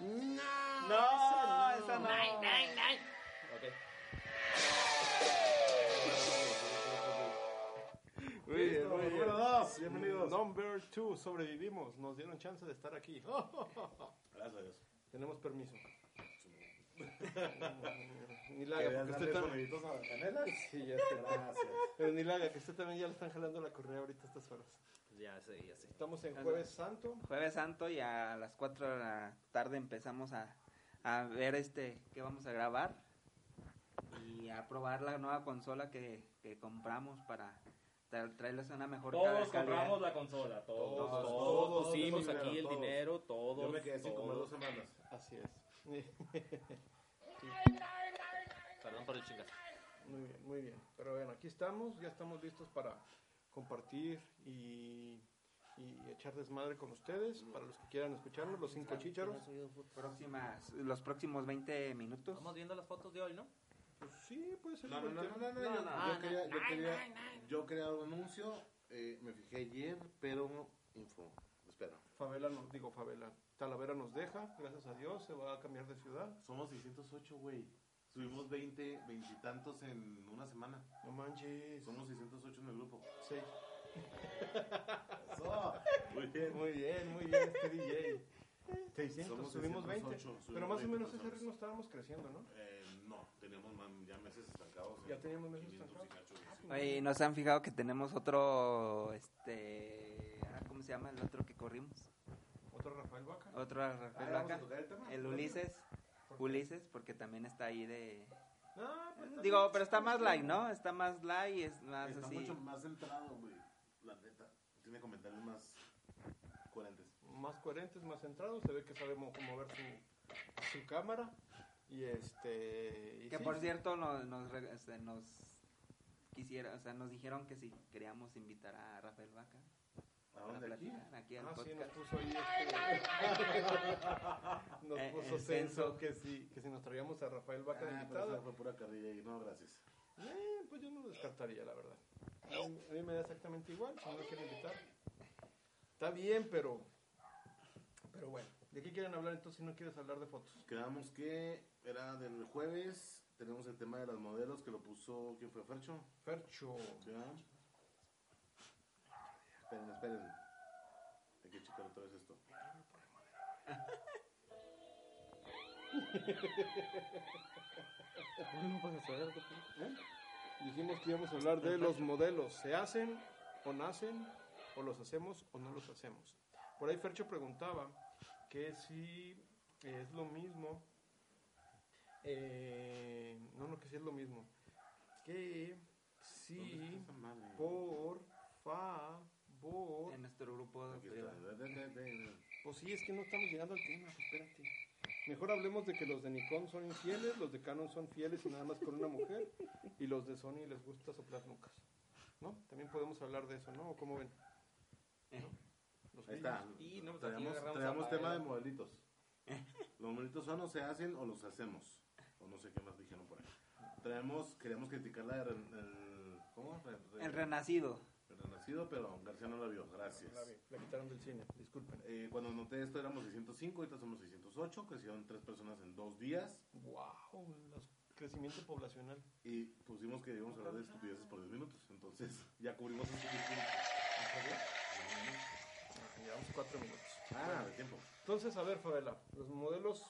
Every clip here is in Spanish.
No, No, esa no. Nine, nine, nine. Ok. Muy bien, muy bien. Número dos, bienvenidos. Number two, sobrevivimos. Nos dieron chance de estar aquí. Gracias a Dios. Tenemos permiso. ni la haga, ¿Querías porque usted darle también. soniditos a la canela? Sí, ya sé. Gracias. Pero ni la haga, que usted también ya le están jalando la correa ahorita a estas horas. Pues Ya sé, ya sé. Estamos en Jueves Santo. Jueves Santo y a las 4 de la tarde empezamos a, a ver este qué vamos a grabar y a probar la nueva consola que, que compramos para tra- traerles una mejor Todos calidad. compramos la consola, todos, Todos, todos, todos, pusimos todos, aquí el todos. dinero, todos. Yo me quedé sin comer dos todos. semanas. Así es. Perdón por el chingazo. Muy bien, muy bien. Pero bueno, aquí estamos, ya estamos listos para compartir y, y echar desmadre con ustedes. Para los que quieran escucharnos, los cinco chícharos. Próximas, los próximos 20 minutos. Estamos viendo las fotos de hoy, ¿no? Pues sí, puede ser. No, no, no, cualquier- no, no, No, no, yo, no, yo no, quería, yo no, quería, no, no. yo quería dar un anuncio, eh, me fijé ayer, pero no info, espera. Favela, nos, digo favela. Talavera nos deja, gracias a Dios, se va a cambiar de ciudad. Somos 608, güey. Subimos 20, 20 y tantos en una semana. No manches. Somos 608 en el grupo. Seis. Oh. Eso. Muy bien. Muy bien, muy bien, este DJ. 600, Somos subimos 20. 608, subimos pero más o 20 menos ese personas. ritmo estábamos creciendo, ¿no? Eh, no, teníamos man- ya meses estancados. Ya en teníamos meses 500 y estancados. Ah, cacho, sí. Oye, ¿no se han fijado que tenemos otro, este, ah, ¿cómo se llama el otro que corrimos? Otro Rafael Vaca. Otro Rafael Ah, vamos a Vaca. tocar el tema. el Ulises, Ulises, porque también está ahí de, Ah, pues está digo, bien. pero está más light, ¿no? Está más light y es más Está así. mucho más centrado, güey. La neta. Tiene comentarios más coherentes. más coherentes, más centrados, se ve que sabemos cómo mover su, su cámara. Y este. y Que sí, por cierto nos, nos, re- este, nos quisiera, o sea, nos dijeron que si queríamos invitar a Rafael Vaca ¿A para dónde aquí? platicar aquí, al Ah, sí, nos podcast. puso ahí este. nos Eh, puso el censo censo. pues, que si, que si nos traíamos a Rafael Vaca de Ah, pero invitado. esa fue pura carrilla y no, gracias. Eh, pues yo no lo descartaría, la verdad. A mí, a mí me da exactamente igual, si no lo quieren invitar. Está bien, pero. Pero bueno, ¿de qué quieren hablar entonces si no quieres hablar de fotos? Quedamos que era del jueves. Tenemos el tema de las modelos que lo puso. ¿Quién fue? Fercho. Fercho. ¿Ya? Esperen, esperen. Hay que checar otra vez esto. Dijimos que íbamos a hablar de los modelos. ¿Se hacen o nacen? ¿O los hacemos o no los hacemos? Por ahí Fercho preguntaba que si es lo mismo. eh, no, no, que si es lo mismo. Que ¿Dónde si está esa madre? por favor. En nuestro grupo Aquí privado. está. De- de- de- de- Pues sí, es que no estamos llegando al tema, pues espérate. Mejor hablemos de que los de Nikon son infieles, los de Canon son fieles y nada más con una mujer, y los de Sony les gusta soplar nucas. ¿No? También podemos hablar de eso, ¿no? ¿O ¿Cómo ven? Eh, Los Ahí está. Y no, pues aquí traemos agarramos traemos a tema de Pavel. modelitos. Los modelitos o no se hacen o los hacemos. O no sé qué más dijeron por ahí. Traemos, queríamos criticar la de Ren- el, ¿cómo? Re- re- El renacido. el renacido, pero García no la vio. Gracias. La, vi, la quitaron del cine, disculpen. Eh, cuando noté esto éramos 605, ahorita somos 608, crecieron tres personas en dos días ¡Wow! Los crecimiento poblacional. y pusimos que íbamos a hablar de estupideces por 10 minutos, entonces ya cubrimos un Ah. Llevamos cuatro minutos. Ah, de tiempo. Entonces, a ver, Favela, los modelos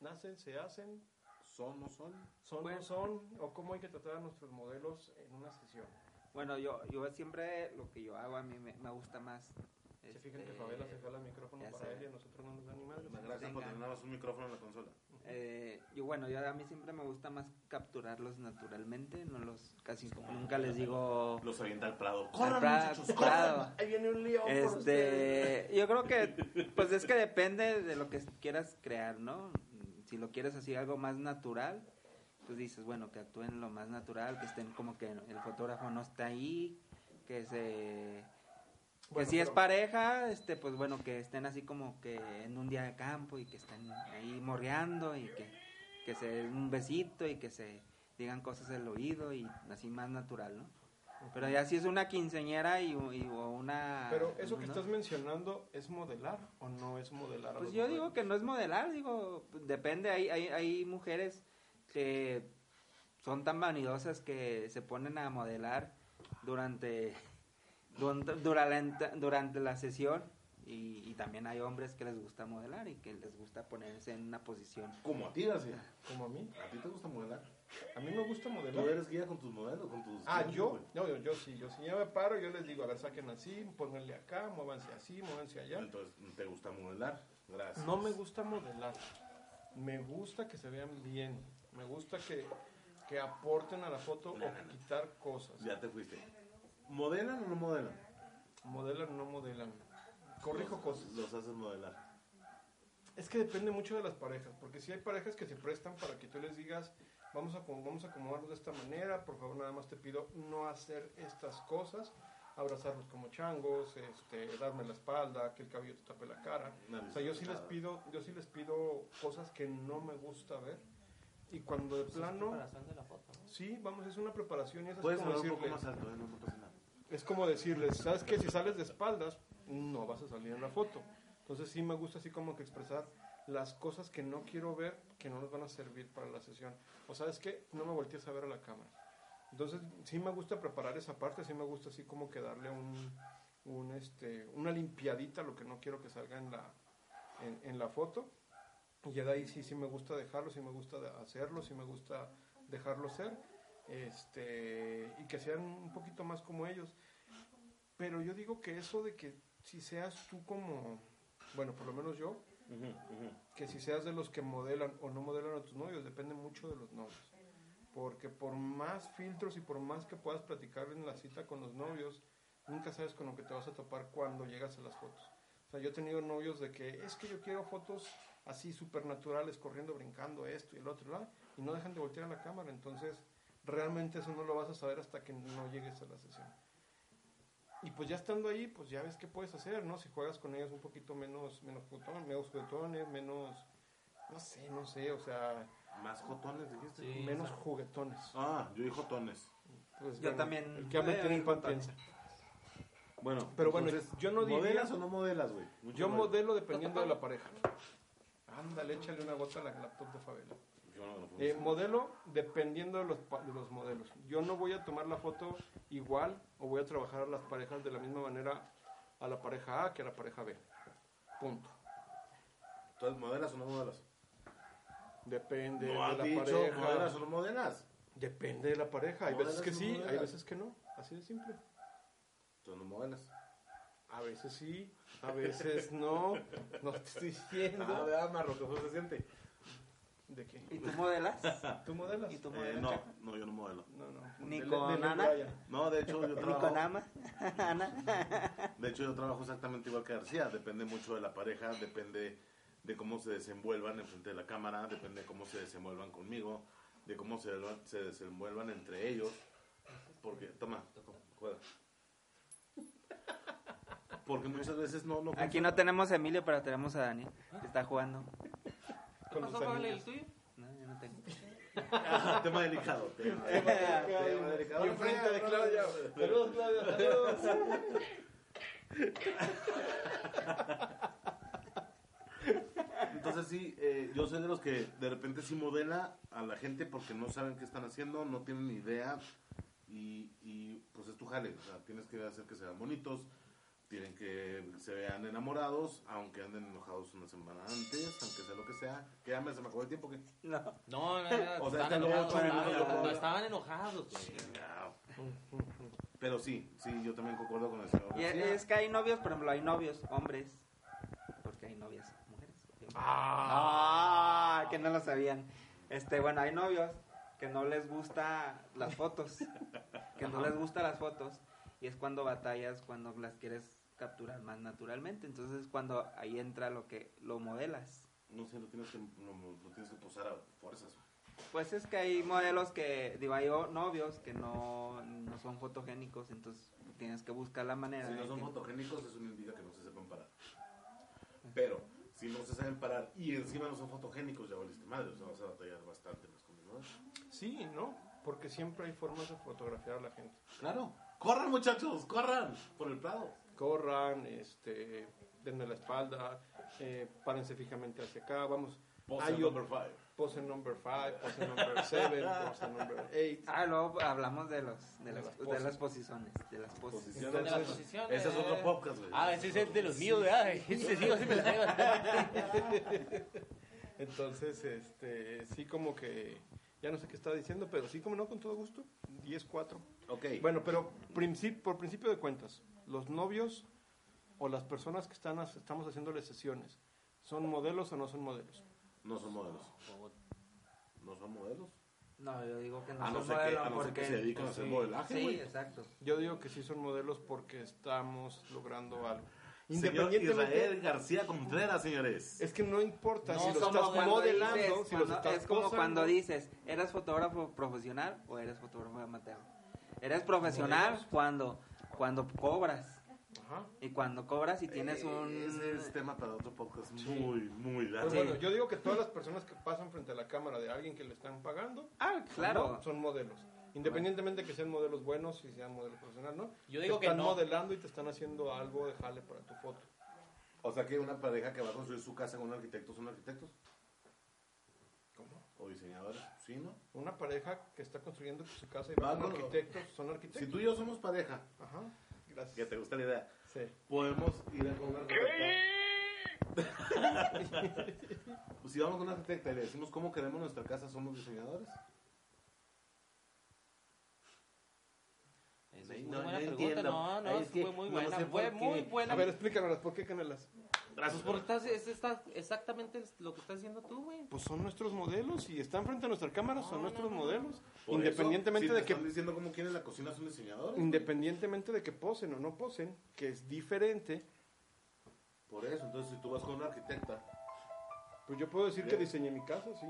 nacen, se hacen, ¿Son no son? son, Bueno. no son, o cómo hay que tratar a nuestros modelos en una sesión. Bueno, yo, yo siempre lo que yo hago a mí me, me gusta más. Se este, fijan que Favela se jala el micrófono ya para sé. él y a nosotros no nos da ni madre. Gracias Venga. por tener nada más un micrófono en la consola. Eh, yo bueno, yo a mí siempre me gusta más capturarlos naturalmente, no los casi nunca les digo Los avienta al Prado. Corran, Prado, muchachos, Prado. corran. Ahí viene un lío por ustedes. Este, yo creo que, pues es que depende de lo que quieras crear, ¿no? Si lo quieres así algo más natural, pues dices, bueno, que actúen lo más natural, que estén como que el fotógrafo no está ahí, que se... Bueno, que si pues es pero- pareja, este, pues bueno, que estén así como que en un día de campo y que estén ahí morreando y que, que se den un besito y que se digan cosas del oído y así más natural, ¿no? Pero ya si es una quinceñera y, u- y- o una... Pero eso que ¿no? estás mencionando, ¿es modelar o no es modelar? a Pues los yo digo modelos? que no es modelar, digo, depende, hay, hay, hay mujeres que son tan vanidosas que se ponen a modelar durante, durante, durante, durante la sesión y, y también hay hombres que les gusta modelar y que les gusta ponerse en una posición. Como a ti, García. Como a mí. ¿A ti te gusta modelar? A mí me gusta Tú modelar. eres guía con tus modelos, con tus... Ah, clientes, yo, güey. no, yo, yo sí, yo sí. Yo me paro, yo les digo, a ver, saquen así, pónganle acá, muévanse así, muévanse allá. Entonces, ¿te gusta modelar? Gracias. No me gusta modelar. Me gusta que se vean bien. Me gusta que, que aporten a la foto No, o no, no. quitar cosas. Ya te fuiste. ¿Modelan o no modelan? Modelan o no modelan. Corrijo Los- cosas. Los haces modelar. Es que depende mucho de las parejas, porque si hay parejas que se prestan para que tú les digas, vamos a, acom- vamos a acomodarnos de esta manera, por favor nada más te pido no hacer estas cosas, abrazarlos como changos, este, darme la espalda, que el cabello te tape la cara. O sea, yo sí les pido, yo sí les pido cosas que no me gusta ver. Y cuando Pues de plano, preparación de la foto. ¿no? sí, vamos, es una preparación y eso es Puedes como hablar un poco decirles, más alto, eh, no, no pasa nada. es como decirles, sabes que si sales de espaldas, no vas a salir en la foto. Entonces sí me gusta así como que expresar las cosas que no quiero ver, que no nos van a servir para la sesión. O sabes que no me voltees a ver a la cámara. Entonces sí me gusta preparar esa parte, sí me gusta así como que darle un, un, este, una limpiadita a lo que no quiero que salga en la, en, en la foto. Y ya de ahí sí, sí me gusta dejarlo, sí me gusta de- hacerlo, sí me gusta dejarlo ser. Este, y que sean un poquito más como ellos. Pero yo digo que eso de que si seas tú como, bueno, por lo menos yo, que si seas de los que modelan o no modelan a tus novios, depende mucho de los novios. Porque por más filtros y por más que puedas platicar en la cita con los novios, nunca sabes con lo que te vas a topar cuando llegas a las fotos. O sea, yo he tenido novios de que es que yo quiero fotos así supernaturales, corriendo, brincando, esto y el otro, ¿verdad? y no dejan de voltear a la cámara. Entonces, realmente eso no lo vas a saber hasta que no llegues a la sesión. Y pues ya estando ahí, pues ya ves qué puedes hacer, ¿no? Si juegas con ellas un poquito menos, menos juguetón- menos juguetones, menos, no sé, no sé, o sea, ¿Más jotones dijiste? Sí. menos exacto. juguetones. Ah, yo dije jotones. Pues, Yo bueno, también- El que habla eh, tiene eh, pan también. piensa. Bueno, Pero bueno, yo no diría- ¿Modelas o no modelas, güey? Mucho Yo rollo. modelo dependiendo de la pareja. Ándale, échale una gota a la laptop de Fabela. Qué bueno que no fue Eh, un- modelo dependiendo de los, pa- de los modelos. Yo no voy a tomar la foto igual o voy a trabajar a las parejas de la misma manera a la pareja A que a la pareja B. Punto. Entonces, ¿modelas o no modelas? Depende no de has la dicho pareja. modelas o no modelas. Depende de la pareja. Hay veces Modelas que no sí, hay modelas. veces que no. Así de simple. Entonces, no modelas. A veces sí, a veces no. No te estoy diciendo. vea, Ah, Marro, ¿cómo se siente? ¿De qué? ¿Y tú modelas? ¿Tú modelas? ¿Y tú Eh, modelas? no, Chaca? no, yo no modelo. No, no. Ni Dele- con dele Ana. Brian. No, de hecho, yo ¿Ni con trabajo... ama? Ana. De hecho, yo trabajo exactamente igual que García. Depende mucho de la pareja, depende de cómo se desenvuelvan enfrente de la cámara, depende de cómo se desenvuelvan conmigo, de cómo se, se desenvuelvan entre ellos. Porque, toma, juega. Porque muchas veces no, no Aquí no tenemos a Emilio, pero tenemos a Daniel, que está jugando. ¿Qué Con pasó, los Pablo? anillos. ¿El tuyo? No, yo no tengo. funciona. tema delicado. Tema tema delicado. Y enfrente de Claudia. Saludos, Claudia. Saludos. Entonces sí, eh, yo soy de los que de repente sí modela a la gente porque no saben qué están haciendo, no tienen ni idea y, y, pues es tu jale, o sea, tienes que hacer que se vean bonitos, tienen que se vean enamorados, aunque anden enojados una semana antes, aunque sea lo que sea, que ya me se me acabó el tiempo que... No, no, No. no. O sea, este estaban también enojados. estaban estaban- enojados. No, estaban enojados, güey. Pero sí, sí, yo también concuerdo con el señor Y es, García. es que hay novios, por ejemplo, hay novios hombres. Porque hay novias mujeres. Ah, que no lo sabían. Este, bueno, hay novios que no les gusta las fotos. que no les gusta las fotos. Y es cuando batallas, cuando las quieres capturar más naturalmente. Entonces es cuando ahí entra lo que lo modelas. No sé, lo tienes que, lo, lo tienes que posar a fuerzas. Pues es que hay modelos que, digo, hay o- novios que no, no son fotogénicos, entonces tienes que buscar la manera. Si de no son que- fotogénicos, eso indica que no se sepan parar. Pero, si no se saben parar y encima no son fotogénicos, ya valiste madre, o sea, vas a batallar bastante más con ¿no? Sí, ¿no? Porque siempre hay formas de fotografiar a la gente. Claro. Corran, muchachos, corran por el prado. Corran, este, denme la espalda, eh, párense fijamente hacia acá, vamos. Pose Hay number otro- five. Pose number 5, pose number 7, pose number 8. Ah, luego hablamos de, los, de, De las, las de las poses. posiciones. De las poses. Posiciones. De la Entonces, posición, ese es eh. otro podcast, güey. Ah, ese es el de los míos, ¿verdad? Ese sí, así me lo traigo. Entonces, este, sí como que, ya no sé qué estaba diciendo, pero sí como no, con todo gusto, 10-4. Ok. Bueno, pero princip- por principio de cuentas, los novios o las personas que están, as- estamos haciéndole sesiones, ¿son modelos o no son modelos? No son modelos. No son modelos. No, yo digo que no A Ah, no son ser que- modelo a no ser porque- pues que se dedican a hacer sí, modelaje, Sí, güey. exacto. Yo digo que sí son modelos porque estamos logrando algo. Señor Independientemente... Israel García Contreras, señores. Es que no importa No si lo son estás modelos, modelando, dices, si lo cuando- estás es como posando. cuando dices, ¿eres fotógrafo profesional o eres fotógrafo amateur? Eres profesional Modelos. cuando cuando cobras Ajá. y cuando cobras y tienes Eh, un Ese este, es tema para otro podcast muy, muy largo. Pues bueno, yo digo que todas las personas que pasan frente a la cámara de alguien que le están pagando, Ah, claro. ¿no? son modelos. Independientemente que sean modelos buenos y sean modelos profesionales, ¿no? Yo digo te que están no. modelando y te están haciendo algo de jale para tu foto. O sea que una pareja que va a construir su casa con un arquitecto son arquitectos ¿Cómo? o diseñadores. Sí, ¿no? Una pareja que está construyendo su casa y va Vamos. con arquitectos, son Si arquitectos. tú y yo somos pareja, Ajá. que Gracias. te gusta la idea, Sí. podemos ir a con un arquitecta. pues, si vamos con un arquitecta y le decimos cómo queremos nuestra casa, somos diseñadores. Esa es muy buena pregunta. No, no, Ay, es que fue muy no buena. sé por fue qué. muy buena. A ver, explícanos, ¿por qué canelas? Pues porque estás, es, está exactamente lo que estás haciendo tú, güey. Pues son nuestros modelos y están frente a nuestra cámara, son No, nuestros no, no. modelos. Por Independientemente eso, de si te que están diciendo cómo quieren la cocina son diseñadores. independientemente de que posen o no posen, que es diferente, Por eso, entonces si tú vas con una arquitecta, pues yo puedo decir Bien. que diseñé mi casa, sí.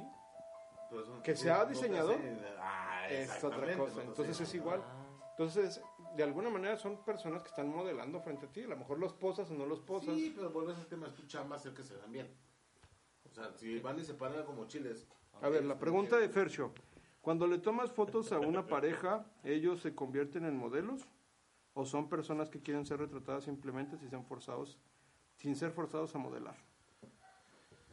pues eso Que tú sea no te diseñador hace- Ah, es otra exactamente, no cosa. te Entonces hace es igual. Ah. Entonces, de alguna manera son personas que están modelando frente a ti. A lo mejor los posas o no los posas. Sí, pero vuelves al tema, es tu chamba hacer que se vean bien. O sea, si van y se paran como chiles. A ver, la pregunta de Fercho. Cuando le tomas fotos a una pareja, ¿ellos se convierten en modelos? ¿O son personas que quieren ser retratadas simplemente si sean forzados, sin ser forzados a modelar?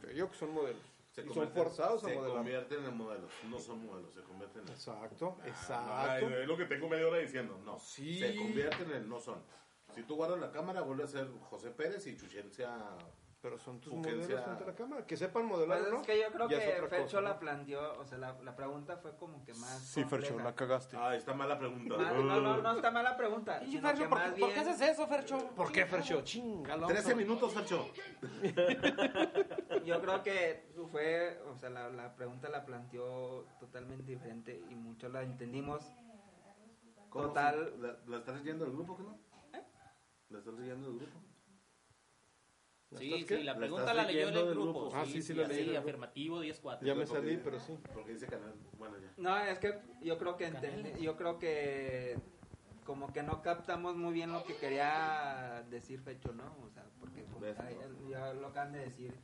Yo digo que son modelos. Se Y son convierten- forzados a Se modelar. convierten en modelos, no son modelos, se convierten en... Exacto, Ay, exacto. es lo que tengo media hora diciendo, no. Sí. Se convierten en no son. Si tú guardas la cámara, vuelve a ser José Pérez y Chuchencia... Pero son tus Sugerencia- modelos frente a la cámara. Que sepan modelar Pues o no. es que yo creo ya que es otra Fercho cosa, la ¿no? planteó, o sea, la, la pregunta fue como que más compleja. cagaste. Ah, está mala pregunta. Más- No, no, no está mala pregunta. Y sino Fercho, que ¿por, más por qué bien- haces eso, Fercho? ¿Por qué, Fercho? Chingalo. 13 minutos, Fercho. Yo creo que fue, o sea, la, la pregunta la planteó totalmente diferente y mucho la entendimos. ¿Cómo Total. se- ¿La, la estás leyendo del grupo, que no? ¿La estás leyendo del grupo? Sí, ¿Estás qué? sí, la ¿La pregunta estás la leyó en leyendo el del grupo. grupo? Ah, sí, sí la leí así, del grupo. afirmativo 10-4. Ya me Porque salí, dice- pero sí. Porque dice canal... Bueno, ya. No, es que yo creo que entendí- Canela. yo creo que como que no captamos muy bien lo que quería decir Fecho, ¿no? O sea, porque como Ves, ahí- ¿no? ya lo acaban de decir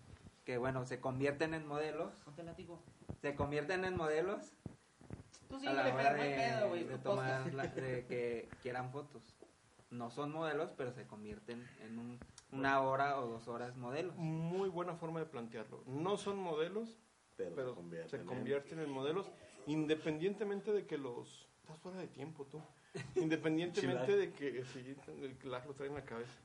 que bueno, se convierten en modelos, Ponte el látigo. se convierten en modelos Tú Pues sí a le la hora pegas, no de, hay pedo, güey. de tu tomar podcast. la- de que quieran fotos. No son modelos, pero se convierten en un- una hora o dos horas modelos. Muy buena forma de plantearlo. No son modelos, Pero, pero se convierten. se en- convierten en modelos independientemente de que los... Estás fuera de tiempo tú. Independientemente de que... Sí, el claro lo trae en la cabeza.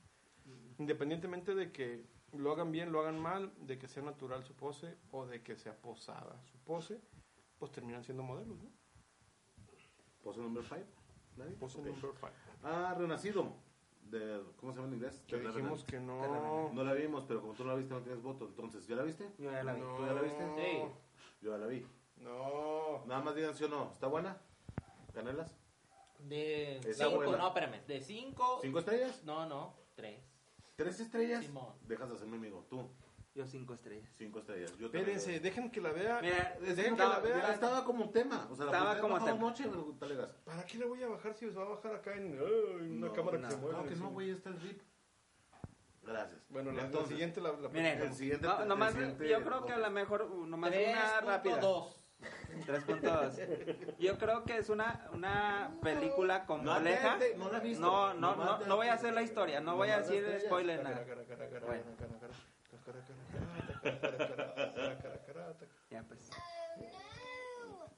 Independientemente de que lo hagan bien, lo hagan mal, de que sea natural su pose o de que sea posada su pose, pues terminan siendo modelos, ¿no? ¿Pose number 5? ¿Nadie? Pose Ok. number five. Ah, Renacido. De, ¿Cómo se llama en inglés? Que dijimos que no... No la vimos, pero como tú no la viste, no tienes voto. Entonces, ¿ya la viste? Yo ya la vi. No. ¿Tú ya la viste? Sí. Yo ya la vi. No. Nada más digan sí o no. ¿Está buena? ¿Canelas? De Esa 5, buena. no, espérame. De 5. ¿Cinco estrellas? No, no, 3. ¿Tres estrellas? Simón. Dejas de ser mi amigo. Tú, Yo cinco estrellas. cinco estrellas. Yo también le Espérense, doy. dejen que la vea. Mira, dejen que no, la vea. Ya estaba como tema. O sea, la Estaba primera como bajamos tema. noche, pero talegas. ¿Para qué la voy a bajar si se va a bajar acá en, ay, en una No, cámara que no, se mueve? Claro que no, Sí. güey, está el rip. Gracias. Bueno, la, la Entonces, siguiente la, la Miren, El siguiente- no, el nomás, siguiente yo creo que a lo mejor uh, nomás una rápida. 2. Tres puntos. Yo creo que es una, una película No, compleja. espérate, no la he visto. No, no, no, Nomás no voy a la- hacer la historia, no voy a nomás la decir estrella. spoiler Cara, nada. cara, cara, cara, Bueno. cara, cara. Cara, cara, cara, cara, cara, cara, cara, cara, cara. Ya pues.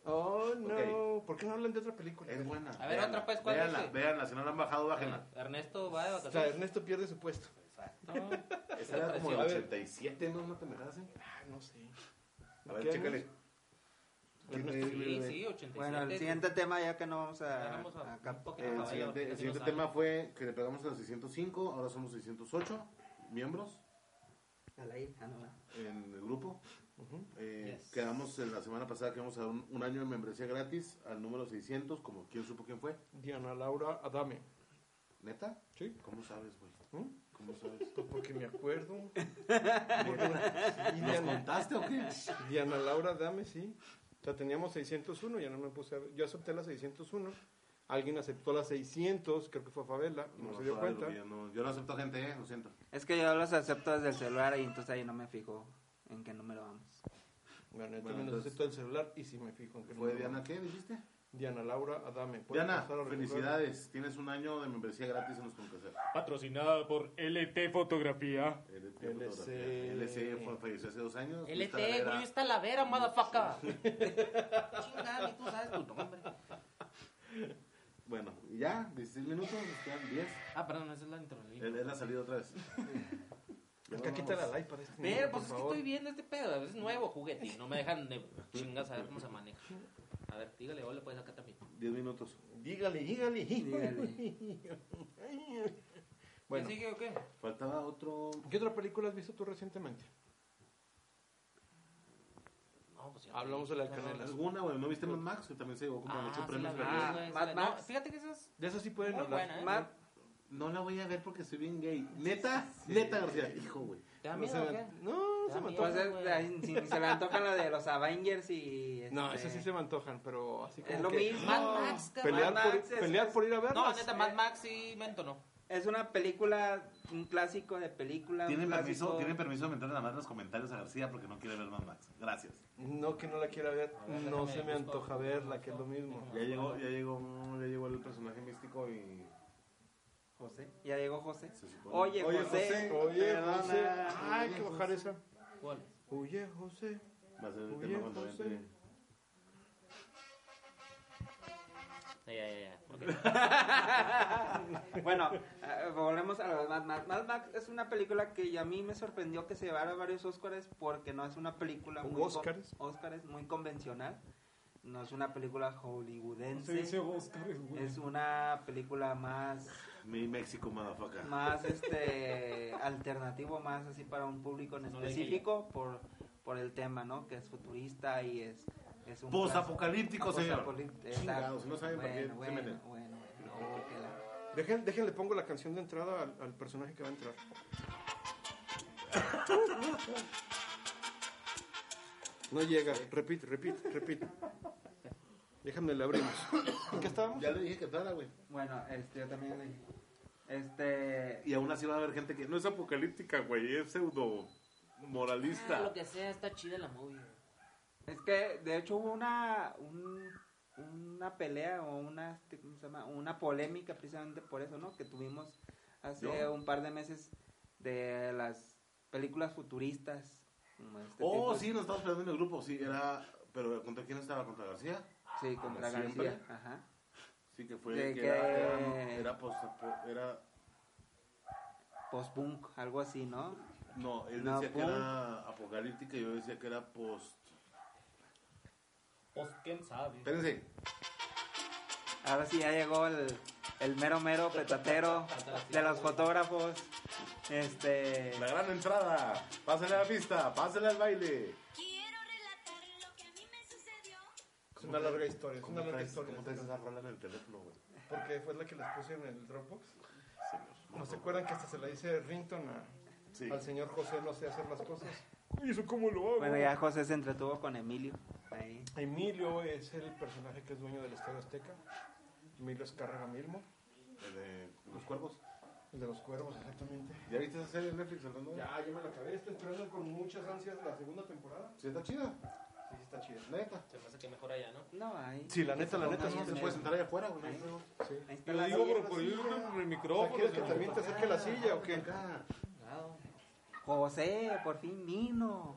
Oh, no. Ok. ¿Por qué no hablan de otra película? Es buena. A ver, otra, pues, ¿cuál Véanla, dice? véanla, si no la han bajado, bájenla. Ernesto va de O sea, vacaciones. Ernesto pierde su puesto. Exacto. Esa era como el A ver. 87, ¿no? ¿No te me así? Ah, no sé. A ¿Qué ver, año chécale. es? Ah, Ernesto Sí, Uribe. sí, 87. Bueno, el siguiente tema ya que no vamos Ya a, vamos a- a cap- un poquito El caballo, siguiente, porque el sí nos siguiente habla. tema fue que le pegamos a los 605, ahora somos 608 miembros Ah, no, no. en el grupo. Ujú. Eh, Yes. Quedamos en la semana pasada que íbamos a dar un, un año de membresía gratis al número 600, como quién supo quién fue. Diana Laura Adame. ¿Neta? ¿Sí? ¿Cómo sabes, güey? ¿Mm? ¿Cómo sabes? Pues porque me acuerdo. Sí, ¿Nos Diana, contaste o qué? Diana Laura Adame, sí. O sea, teníamos 601, ya no me puse a ver. Yo acepté la 601. Alguien aceptó la 600, creo que fue Favela, y no, se dio todavía cuenta. lo vi, no. yo no acepto gente, eh, lo siento. Es que yo los acepto desde el celular y entonces ahí no me fijo en qué número vamos. Bueno, yo Bueno, también entonces- aceptó el celular y sí me fijo. en que ¿Fue no- Diana qué dijiste? Diana Laura Adame. ¿Puedes Diana, pasar a recoger? felicidades. Tienes un año de membresía gratis en los Concacer. Patrocinada por LT Fotografía. LC. LC. LC fue- falleció hace dos años. Luis LT, Talavera. Julio Talavera, motherfucker. Chingada, ni tú sabes tu nombre. Bueno, y ya, 16 minutos, nos quedan 10. Ah, perdón, esa es la introducción. Él, él ha salido otra vez. Es que quita la like para este. Pero, niño, pues por es que favor. estoy viendo este pedo. Es nuevo juguete y no me dejan de chingas a ver cómo se maneja. A ver, dígale, hola, puedes acá también. 10 minutos. Dígale, dígale, Dígale. Bueno, ¿Qué sigue o qué? Faltaba otro. ¿qué otra película has visto tú recientemente? No, pues ya. Hablamos de la Canela. ¿Alguna, güey? ¿No viste Mad Max? Que también se llevó como Pues, Ah, 8 sí, la premios. vi, Grammy. Ah, güey, sí Mad la- Max. No, fíjate que esas. De eso sí pueden Muy hablar. buena, ¿eh? Mar- No la voy a ver porque soy bien gay. Neta, neta, García. Hijo, güey. ¿Te da No, se miedo o me, qué? no, Ya se me miedo. antoja. Pues es- ahí si se le antoja la de los Avengers y... No, este, esas sí se me antojan, pero así como Es lo que mismo. Mad Max, cabrón. pelear, Mad por, Max es- pelear por ir a verlas. No, neta, Mad Max sí me entonó. Es una película, un clásico de película. un Tienen permiso, clásico- tienen permiso de meter nada más los comentarios a García porque no quiere ver Mad Max. Gracias. Eh, No, que no la quiera ver, ver, no déjame, se me busco. antoja verla, que es lo mismo. Ya llegó, ya llegó, ya llegó el personaje místico y. José. Ya llegó José. Se supone. Oye, Oye, José, José. oye, perdona. José. Ay, que bajar esa. ¿Cuál? Oye, José. Va a ser el Oye, tema cuando José. entre. Ya, ya, ya. ok. Bueno, eh, volvemos a lo de Mad Max. Mad Max es una película que ya a mí me sorprendió que se llevara varios Óscares porque no es una película ¿Un muy con- Óscares? Óscares muy convencional. No es una película hollywoodense. es una película más Mi México, motherfucker. más este alternativo, más así para un público en No le dije específico por, por el tema, ¿no? Que es futurista y es es un Posapocalíptico, señor. Posapocalíptico, Chingados, exacto. no saben para qué se bueno, bueno, meten. bueno, bueno, porque la- Dejen, déjenle pongo la canción de entrada al, al personaje que va a entrar. No llega, repite, repite, repite. Déjame le abrimos. ¿En qué estábamos? Ya le dije que tal, güey. Bueno, este, yo también le dije. Este. Y aún así va a haber gente que no es apocalíptica, güey, es pseudo Ah, moralista. Lo que sea, está chida la movie. Es que, de hecho, hubo una. un- una pelea o una. este, ¿Cómo se llama? Una polémica precisamente por eso, ¿no? Que tuvimos hace ¿Yo? un par de meses de las películas futuristas. como este Oh, tipo. sí, nos estamos peleando en el grupo, sí, era... Pero ¿contra quién estaba? ¿Contra García? Sí, contra como Ah, siempre. García. Ajá. Sí, que fue... De que que- Era, era, era, post- po- era- Post-punk, algo así, ¿no? No, él No, decía que punk. era apocalíptica y yo decía que era post... Pues quién sabe. Espérense. Ahora sí ya llegó el, el mero mero petatero de los fotógrafos. Este. La gran entrada. Pásale a la pista, pásale al baile. Quiero relatar lo que a mí me sucedió. Es una larga historia, es ¿Cómo una larga traes, historia. ¿Cómo traes esa rola en el teléfono, güey? Porque fue la que les puse en el Dropbox. ¿No se acuerdan que hasta se la dice Rington a- Sí. al señor José no sé hacer las cosas? ¿Y eso cómo lo hago? Bueno, ya José se entretuvo con Emilio. Ahí. Emilio es el personaje que es dueño del Estadio Azteca. Emilio Escárraga Milmo, El de los cuervos. el de los cuervos, exactamente. ¿Ya viste esa serie en Netflix hablando? de- Ya, ya me la acabé, estoy esperando con muchas ansias la segunda temporada. Sí, está chida. Sí, Sí, está chido. Neta. Se me hace que mejor allá, ¿no? No hay. Sí, la neta, la neta, sí. No, te sí. puedes sentar allá afuera, güey. no, Sí. Ahí está Yo la digo, silla. pero por ahí con el O sea, micrófono. ¿Quieres que señor. también te acerque la silla o qué? Acá. José, por fin vino.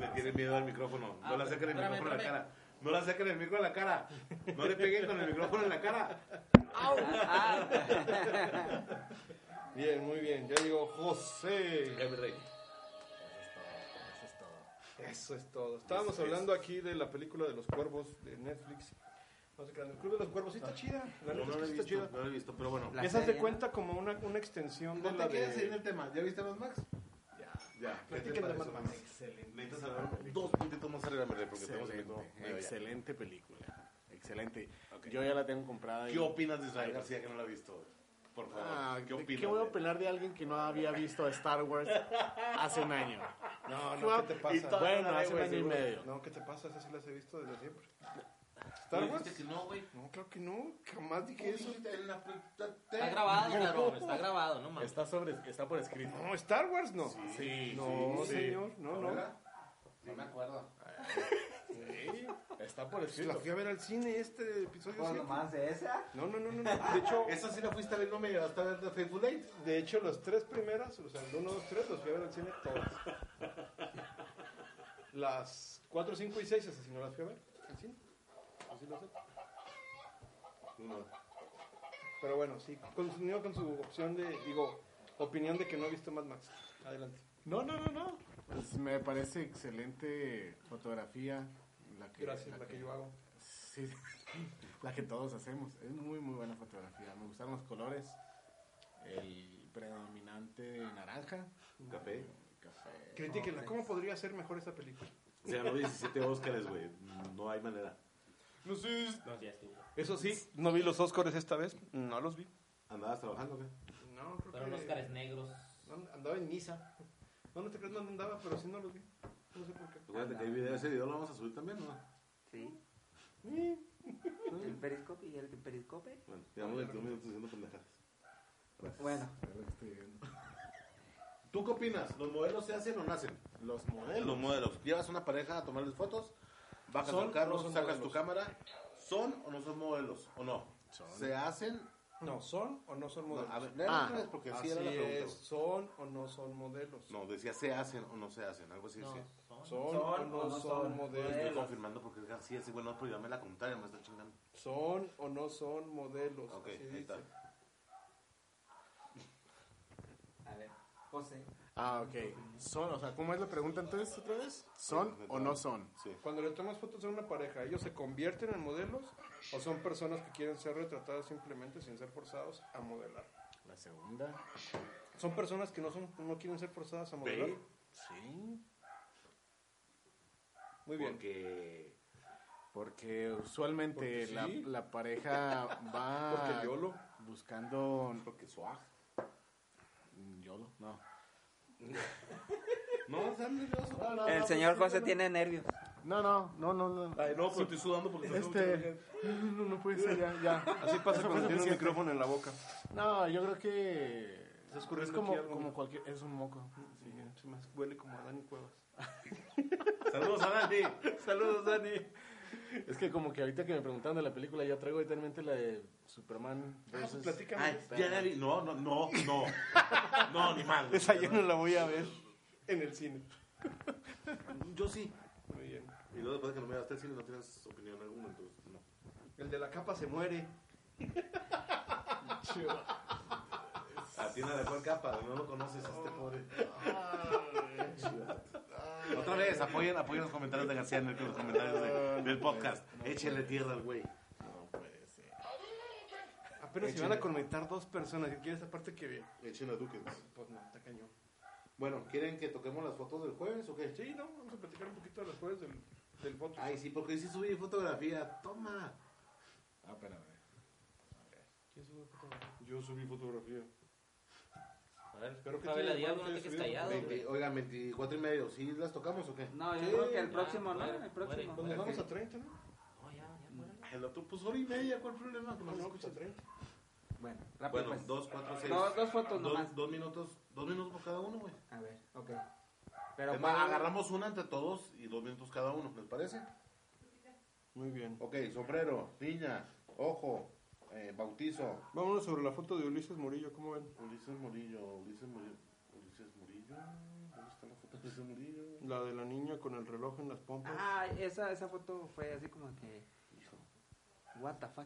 Le tienen miedo al micrófono. Ah, No le saquen el espérame, micrófono a la espérame. cara. No le saquen el micro a la cara. No le peguen con el micrófono en la cara. Ah. Bien, muy bien. Ya llegó José. Eso es todo. Estábamos hablando aquí de la película de los cuervos de Netflix. No sé qué, el Club de los Cuervos sí está chida. La No, neta no lo es he que está visto, chida. no lo he visto, pero bueno. La Esa se serie, cuenta como una, una extensión de No la te quedes ahí en de... el tema. ¿Ya viste Mad Max? Ya. ¿Qué te Platiquen de parece, Mad Max? Max. Necesitas hablar dos puntitos más arriba, Merle, porque estamos en el tiempo. Excelente, Medio ya. excelente película. Excelente. Yo ya la tengo comprada. y- ¿Qué opinas de Israel Ay, García que no la ha visto? Por favor, Ah, ¿qué opinas? ¿Qué voy a de- opinar de alguien que no había visto a Star Wars hace un año? No, no, ¿qué te Y pasa? todavía Bueno, la hace ve, un año y seguro. medio. No, ¿qué te pasa? Esas sí las he visto desde siempre. ¿Tú ¿Star Wars? dijiste que no, güey? No, claro que no. Jamás dije ¿Qué eso. es en la puta Está tele? grabado, cabrón. Está grabado, no mames. Está, sobre, está por escrito. No, Star Wars no. Sí, no, sí, sí. señor, no, no. ¿Verdad? No me acuerdo. Sí, está por Pues la escrito. fui a ver al cine este episodio ¿Por 7. más Pues de esa? No, no, no, no, no. De hecho, Esa sí la fuiste a ver, no me llevaste a ver The Faithful Eight. de hecho, las tres primeras, o sea, el 1, 2, 3, las fui a ver al cine todas. Las 4, 5 y 6, esas sí no las fui a ver al cine. Así lo sé. Pero bueno, sí, continúo con su opción de, digo, opinión de que no he visto Mad Max. Adelante. No, no, no, no. Pues me parece excelente fotografía. La que, Gracias, la que yo hago. Sí, la que todos hacemos. Es muy, muy buena fotografía. Me gustaron los colores. El predominante naranja. Café. Café. Critíquenla, ¿cómo pues. podría ser mejor esa película? Se ganó 17 Óscares, güey. No hay manera. No sé. No, ya estuvo. Eso sí, no vi los Oscars esta vez, no los vi. ¿Andabas trabajando o qué? No, creo Fueron que- los cares negros. No, Andaba en misa. No, no te crees, no andaba, pero sí no los vi. No sé por qué. Acuérdate que hay video, ese video lo vamos a subir también, ¿no? Sí. Mm. Sí. El periscope y el periscope. Bueno, llevamos 21 minutos haciendo pendejadas. Pues, Bueno, Es lo que estoy Este, viendo. ¿Tú qué opinas? ¿Los modelos se hacen o nacen? Los Los modelos. modelos. Llevas una pareja a tomarles fotos, bajas ¿Son al carro, o no son sacas tu modelos? cámara. ¿Son o no son modelos? ¿O no? ¿Se hacen? No, ¿son o no son No, modelos? a ver, léelo Ah, otra vez porque Así sí era la pregunta. es, ¿son o no son modelos? No, decía se hacen o no se hacen, algo así No, decía. son. ¿Son, o no son, Estoy modelos? confirmando porque es García, ese güey no, pero ya me la contaron, me está chingando. ¿Son o no son modelos? Ok, Así ahí está. dice. a ver, José. Ah, ok. Son, o sea, ¿cómo es la pregunta entonces otra vez? ¿Son Sí, o no son? Sí. Cuando le tomas fotos a una pareja, ¿ellos se convierten en modelos o son personas que quieren ser retratadas simplemente sin ser forzados a modelar? La segunda. ¿Son personas que no, son, no quieren ser forzadas a modelar? Ve, Sí. Muy bien. Porque Porque usualmente Porque la, sí. la pareja va Porque YOLO. buscando... Porque swag. Yolo, no. No, están nerviosos. No, no, El no, señor pues, José no. tiene nervios. No, no, no, no, no. Ay, no, pero estoy sudando porque tengo mucha Este, alergia. no, no, no puede ser, ya, ya. Así pasa cuando Eso fue tiene un suficiente. micrófono en la boca. No, yo creo que Está es escurriendo aquí como, algo. como cualquier, es un moco. Sí, se me huele como a Dani Cuevas. Saludos a Dani. Saludos, Dani. Es que como que ahorita que me preguntaron de la película, yo traigo ahorita en mente la de Ah, Superman pues versus... pues platícame. Ay, Ya la vi. No, no, no, no. No, ni mal. güey. Esa yo no la voy a ver en el cine. Yo sí. Muy bien. Y luego después de que no me llevaste al cine no tienes opinión alguna, entonces no. El de la capa se muere. A ti nada, ¿cuál capa? No lo conoces a este pobre. Otra vez, apoyen, apoyen los comentarios de García en los comentarios Ah, de- del podcast. Échenle tierra al güey. No puede ser. Apenas se van a conectar dos personas. Yo quiero esa parte que ve. Échenle a Duque. Pues no, está cañón. Bueno, ¿quieren que toquemos las fotos del jueves o qué? Sí, no, vamos a platicar un poquito de las jueves del, del voto. Ay, sí, porque sí subí fotografía. Toma. Ah, espérame. Yo subí fotografía. A ver, Creo que Fabio, la tiene diablo, igual no te que quedes subir. callado, güey. 20, oigan, 24 y medio. ¿Sí las tocamos o qué? No, yo Sí, creo que el ya, próximo, ¿no? fuera, El próximo. Pues nos vamos a 30, ¿no? No, Ah, ya, ya, fuera. El otro, pues hora y media. ¿Cuál problema? No, no, pues a 30. Bueno, rápido. Bueno, pues. dos, cuatro, seis. dos, dos fotos Dos, nomás. dos minutos, dos minutos por cada uno, güey. A ver, ok. Pero Es más, para- agarramos una entre todos y dos vientos cada uno, ¿les parece? Muy bien. Ok, sombrero, piña, ojo, eh, bautizo. Vámonos sobre la foto de Ulises Murillo, ¿cómo ven? Ulises Murillo, Ulises Murillo, Ulises Murillo. ¿Dónde está la foto de Ulises Murillo? La de la niña con el reloj en las pompas. Ah, esa, esa foto fue así como que. What the fuck.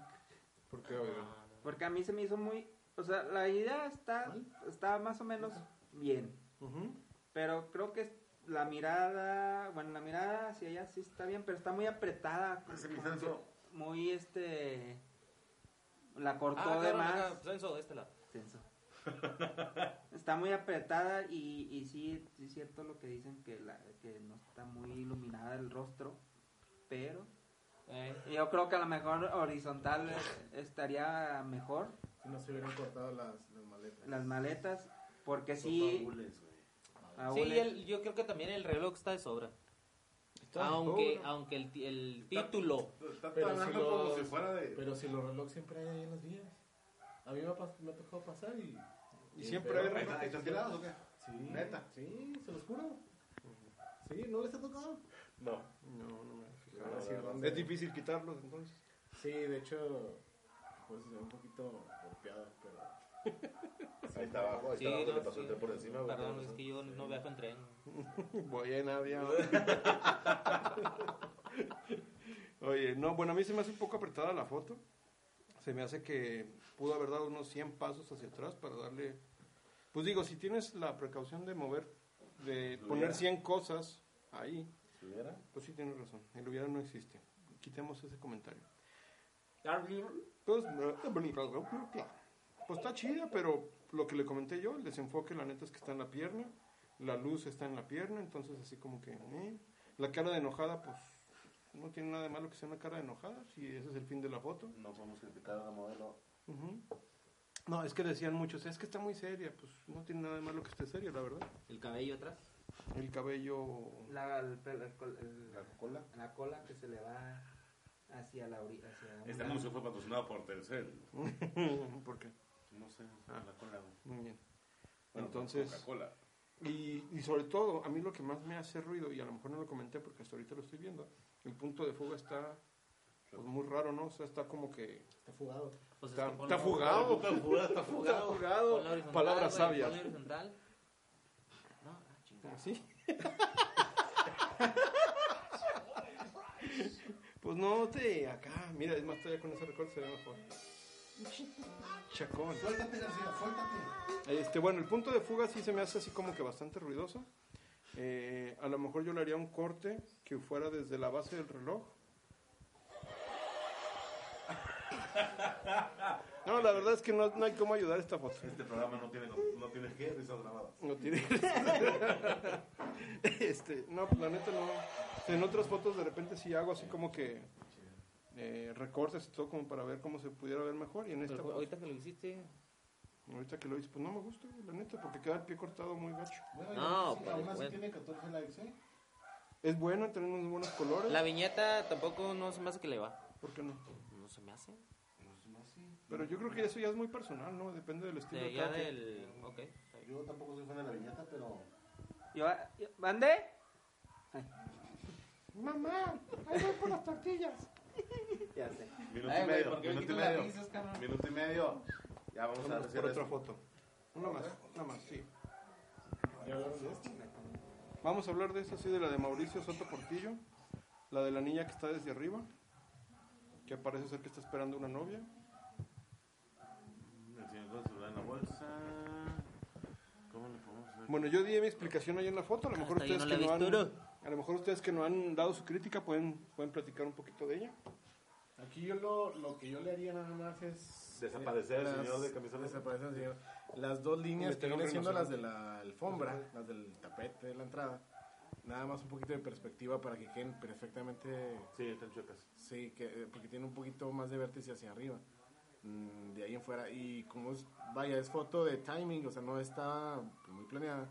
¿Por qué? A ver. Ah, Porque a mí se me hizo muy. O sea, la idea está, está más o menos bien. Ujú. Pero creo que la mirada. Bueno, la mirada hacia allá sí está bien, pero está muy apretada. Ese mi censo. Muy este. La cortó Ah, de cabrón, más. acá, censo de este lado. Tenso. está muy apretada y, y sí, sí es cierto lo que dicen que, la, que no está muy iluminada el rostro, pero Eh, yo creo que a lo mejor horizontal eh, estaría mejor Si no se hubieran cortado las, las maletas. las maletas porque Son sí baúles, güey. Sí, baúles. y el- yo creo que también el reloj está de sobra. aunque sobra. aunque el, ti- el título. Está Pero hablando si los- como si fuera de. Pero si los relojes siempre hay ahí en las vías. A mí me ha, pas- me ha tocado pasar y... Y y siempre pero- hay Ahí está- ahí ¿Están tirados o qué? Sí. Neta. Sí, se los juro. Sí, ¿no les ha tocado? No. No, no me he fijado. Ahora sí, ¿dónde? Es difícil quitarlos entonces. Sí, de hecho, pues se ve un poquito golpeado, pero... Ahí está abajo, ahí Sí, está abajo, no, le pasó sí. el tren por encima, güey. Perdón, es que yo no viajo en tren. Voy en avión. Oye, no, bueno, a mí se me hace un poco apretada la foto. Se me hace que pudo haber dado unos 100 pasos hacia atrás para darle... Pues digo, si tienes la precaución de mover, de Lo poner hubiera. 100 cosas ahí, Si hubiera. pues sí tienes razón. El hubiera no existe. Quitemos ese comentario. Pues, pues está chida, pero lo que le comenté yo, el desenfoque, la neta es que está en la pierna, la luz está en la pierna, entonces así como que... eh. La cara de enojada, pues no tiene nada de malo que sea una cara de enojada, si ese es el fin de la foto. No podemos criticar a la modelo. Ujú. No, es que decían muchos, es que está muy seria, pues no tiene nada de malo que esté seria, la verdad. El cabello atrás. El cabello... La, el pelo- el col- el- La cola. la cola que se le va hacia la orilla Este anuncio fue patrocinado por Telcel. ¿Por qué? No sé, Ah. la cola. güey. Muy bien. Bueno, pues, Entonces... Coca-Cola. Y, y sobre todo, a mí lo que más me hace ruido, y a lo mejor no lo comenté porque hasta ahorita lo estoy viendo, el punto de fuga está pues, muy raro, ¿no? O sea, está como que... Está fugado. Pues Está, es que ponlo- está fugado. Está fugado, está fugado. ponlo horizontal, Palabras güey, sabias. ponlo horizontal. No, ah, chingada. ¿Sí? pues no te... Acá, mira, es más, todavía con ese recorte se ve mejor. Chacón. Suéltate, García, suéltate. Este, bueno, el punto de fuga sí se me hace así como que bastante ruidoso. Eh, a lo mejor yo le haría un corte que fuera desde la base del reloj. No, la verdad es que no, no hay cómo ayudar a esta foto. Este programa no tiene, no tiene que risas grabadas. No tiene. este, no, pues, la neta no. En otras fotos de repente sí hago así como que eh, recortes y todo como para ver cómo se pudiera ver mejor. Y en esta, Pero pues, ahorita que lo hiciste. ahorita que lo hice, pues no me gusta, la neta, porque queda el pie cortado muy gacho. Bueno, No, sí, pues, aún así bueno. tiene 14 likes, ¿eh? Es bueno, tenemos buenos colores. La viñeta tampoco no se me hace que le va. ¿Por qué no? No se me hace. Pero yo creo que eso ya es muy personal, ¿no? Depende del estilo De, de ya cada quien. del. Ok. está bien. Yo tampoco soy fan de la viñeta, pero. yo, yo- ¿Mande? ¡Mamá! ¡Ahí voy por las tortillas! Ya sé. Minuto Ay, y güey, medio, ¿por qué me minuto y quitas las medio. risas, cabrón? Minuto y medio. Ya vamos, a Vamos hacer por otra esto. foto. Una más, una más, sí. Ya hablaron de esto. Vamos a hablar de esta, sí, de la de Mauricio Soto Portillo. La de la niña que está desde arriba. Que parece ser que está esperando una novia. El señor con el celular en la bolsa. ¿Cómo le podemos hacer? Bueno, yo di mi explicación ahí en la foto. A lo mejor Hasta yo no ustedes la que he no han... visto, A lo mejor ustedes que no han dado su crítica pueden, pueden platicar un poquito de ella. Aquí yo lo, lo que yo le haría nada más es... eh, Desaparecer al señor de camisa blanca. Desaparecer al señor. Las dos líneas Meter que un vienen siendo las de rinoceronte. la alfombra, las del tapete de la entrada. Nada más un poquito de perspectiva para que queden perfectamente... Sí, están chuecas. Sí, que, eh, porque tiene un poquito más de vértice hacia arriba. Mm, de ahí en fuera. Y como es, vaya, es foto de timing, o sea, no está muy planeada.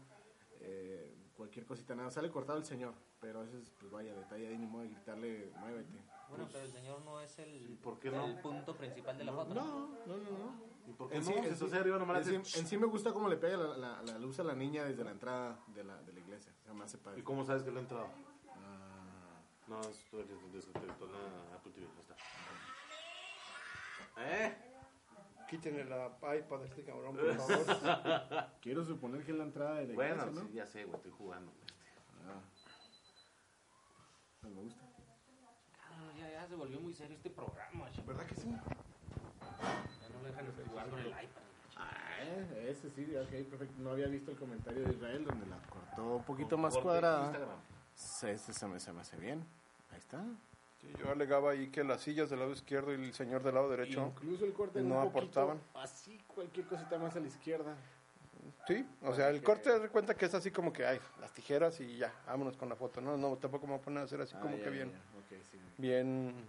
eh, cualquier cosita, nada, sale cortado el señor. Pero ese es, pues vaya, detalle ahí, ni modo de gritarle, muévete. Pues, Bueno, pero el señor no es el, ¿por qué no? el punto principal de la foto. No, no, no, no. ¿Por qué En no? sí, Si en estás sí- ahí arriba nomás en sí- le en haces sí me gusta cómo le pega la, la- la luz a la niña desde la entrada de la, de la iglesia. O sea, me hace ¿Y padre. cómo sabes que lo ha entrado? Ah, No, es tú eres de la Apple TV, no está. ¿Eh? Quítenle la iPad a este cabrón, por favor. quiero suponer que es la entrada de la iglesia, Bueno, ¿no? sí, ya sé, güey, estoy jugando. Ah. Pues me gusta. Ah, ya, ya se volvió muy serio este programa, chaval. ¿Verdad que sí? Ya no lo dejan jugar con el iPad. Eh, ese sí, ok, perfecto. No había visto el comentario de Israel donde la cortó un poquito más Corte, cuadrada. Instagram. Se, se, se me, se me hace bien. Ahí está. Sí, yo alegaba ahí que las sillas del lado izquierdo y el señor del lado derecho. Incluso el corte No un poquito aportaban. Así, cualquier cosita más a la izquierda. Sí, o sea, el corte haz de cuenta que es así como que, ay, las tijeras y ya, vámonos con la foto. No, no, tampoco me voy a poner a hacer así como Ah, ya, que ya, bien, ya. Ok, sí. bien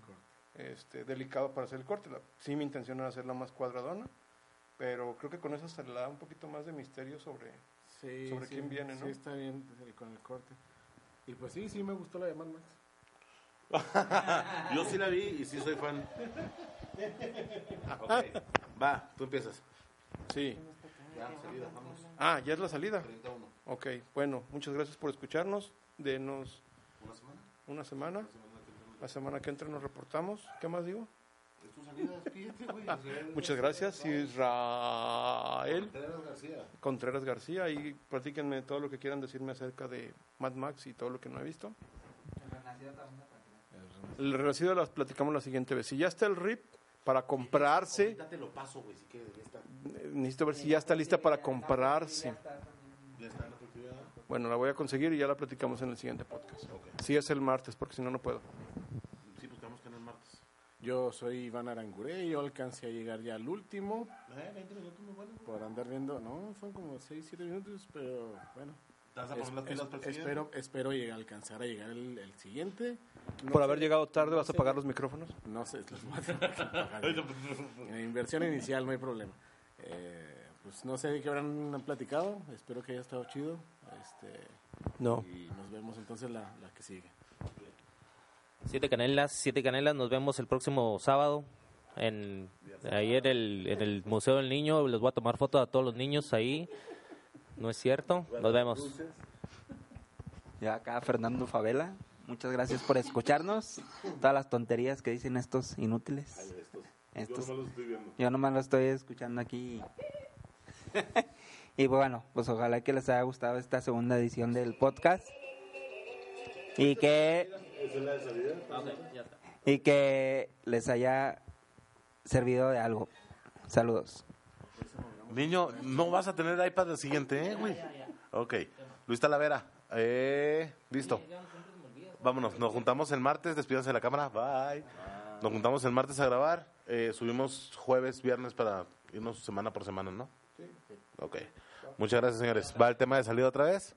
este, delicado para hacer el corte. La- sí, mi intención era hacerla más cuadradona, pero creo que con eso se le da un poquito más de misterio sobre... Sí, Sobre sí, quién viene, ¿no? Sí, está bien el- con el corte. Y pues sí, sí me gustó la de Mad Max. Yo sí la vi y sí soy fan. Ok, va, tú empiezas. Sí. Ya, salida, vamos. Ah, ya es la salida. 31. Ok, bueno, muchas gracias por escucharnos. Denos ¿Una semana? una semana. La semana que entra nos reportamos. ¿Qué más digo? Ah, Es tu salida, despídete, güey. o sea, Muchas gracias, Israel Contreras García. Contreras García. Y platíquenme todo lo que quieran decirme acerca de Mad Max y todo lo que no he visto. El renacido las platicamos la siguiente vez. Si ya está el RIP para comprarse, Ahorita te lo paso, güey, si quieres. Ya está. eh, necesito ver si ya está lista para comprarse. Ya está en la actividad. Bueno, la voy a conseguir y ya la platicamos en el siguiente podcast. Ok. Si es el martes, porque si no, no puedo. Sí, pues tenemos que en el martes. Yo soy Iván Arangure, yo alcancé a llegar ya al último Eh, 20 minutos muy bueno. por andar viendo, no, fueron como 6, 7 minutos, pero bueno. ¿Te vas a poner las Es- pilas es- para el siguiente? espero espero llegar- alcanzar a llegar el, el siguiente. No Por sé- haber llegado tarde, no ¿vas a sé- apagar los micrófonos? No sé, los voy a tener que apagar. En la inversión inicial no hay problema. Eh, pues no sé de qué habrán platicado, espero que haya estado chido. Este, No. Y nos vemos entonces la, la que sigue. Siete Canelas, Siete Canelas, nos vemos el próximo sábado en ahí en el, en el Museo del Niño, les voy a tomar fotos a todos los niños ahí. No es cierto, nos vemos. Ya acá Fernando Favela. Muchas gracias por escucharnos. Todas las tonterías que dicen estos inútiles. Estos. Estos. Yo no los estoy viendo. Yo nomás lo estoy escuchando aquí. y bueno, pues ojalá que les haya gustado esta segunda edición del podcast. Y que y que les haya servido de algo. Saludos. Niño, no vas a tener iPad el siguiente, ¿eh, güey? Ok. Luis Talavera. Eh, listo. Vámonos, nos juntamos el martes, despídanse de la cámara, bye. Nos juntamos el martes a grabar, eh, subimos jueves, viernes para irnos semana por semana, ¿no? Sí. Ok. Muchas gracias, señores. ¿Va el tema de salida otra vez?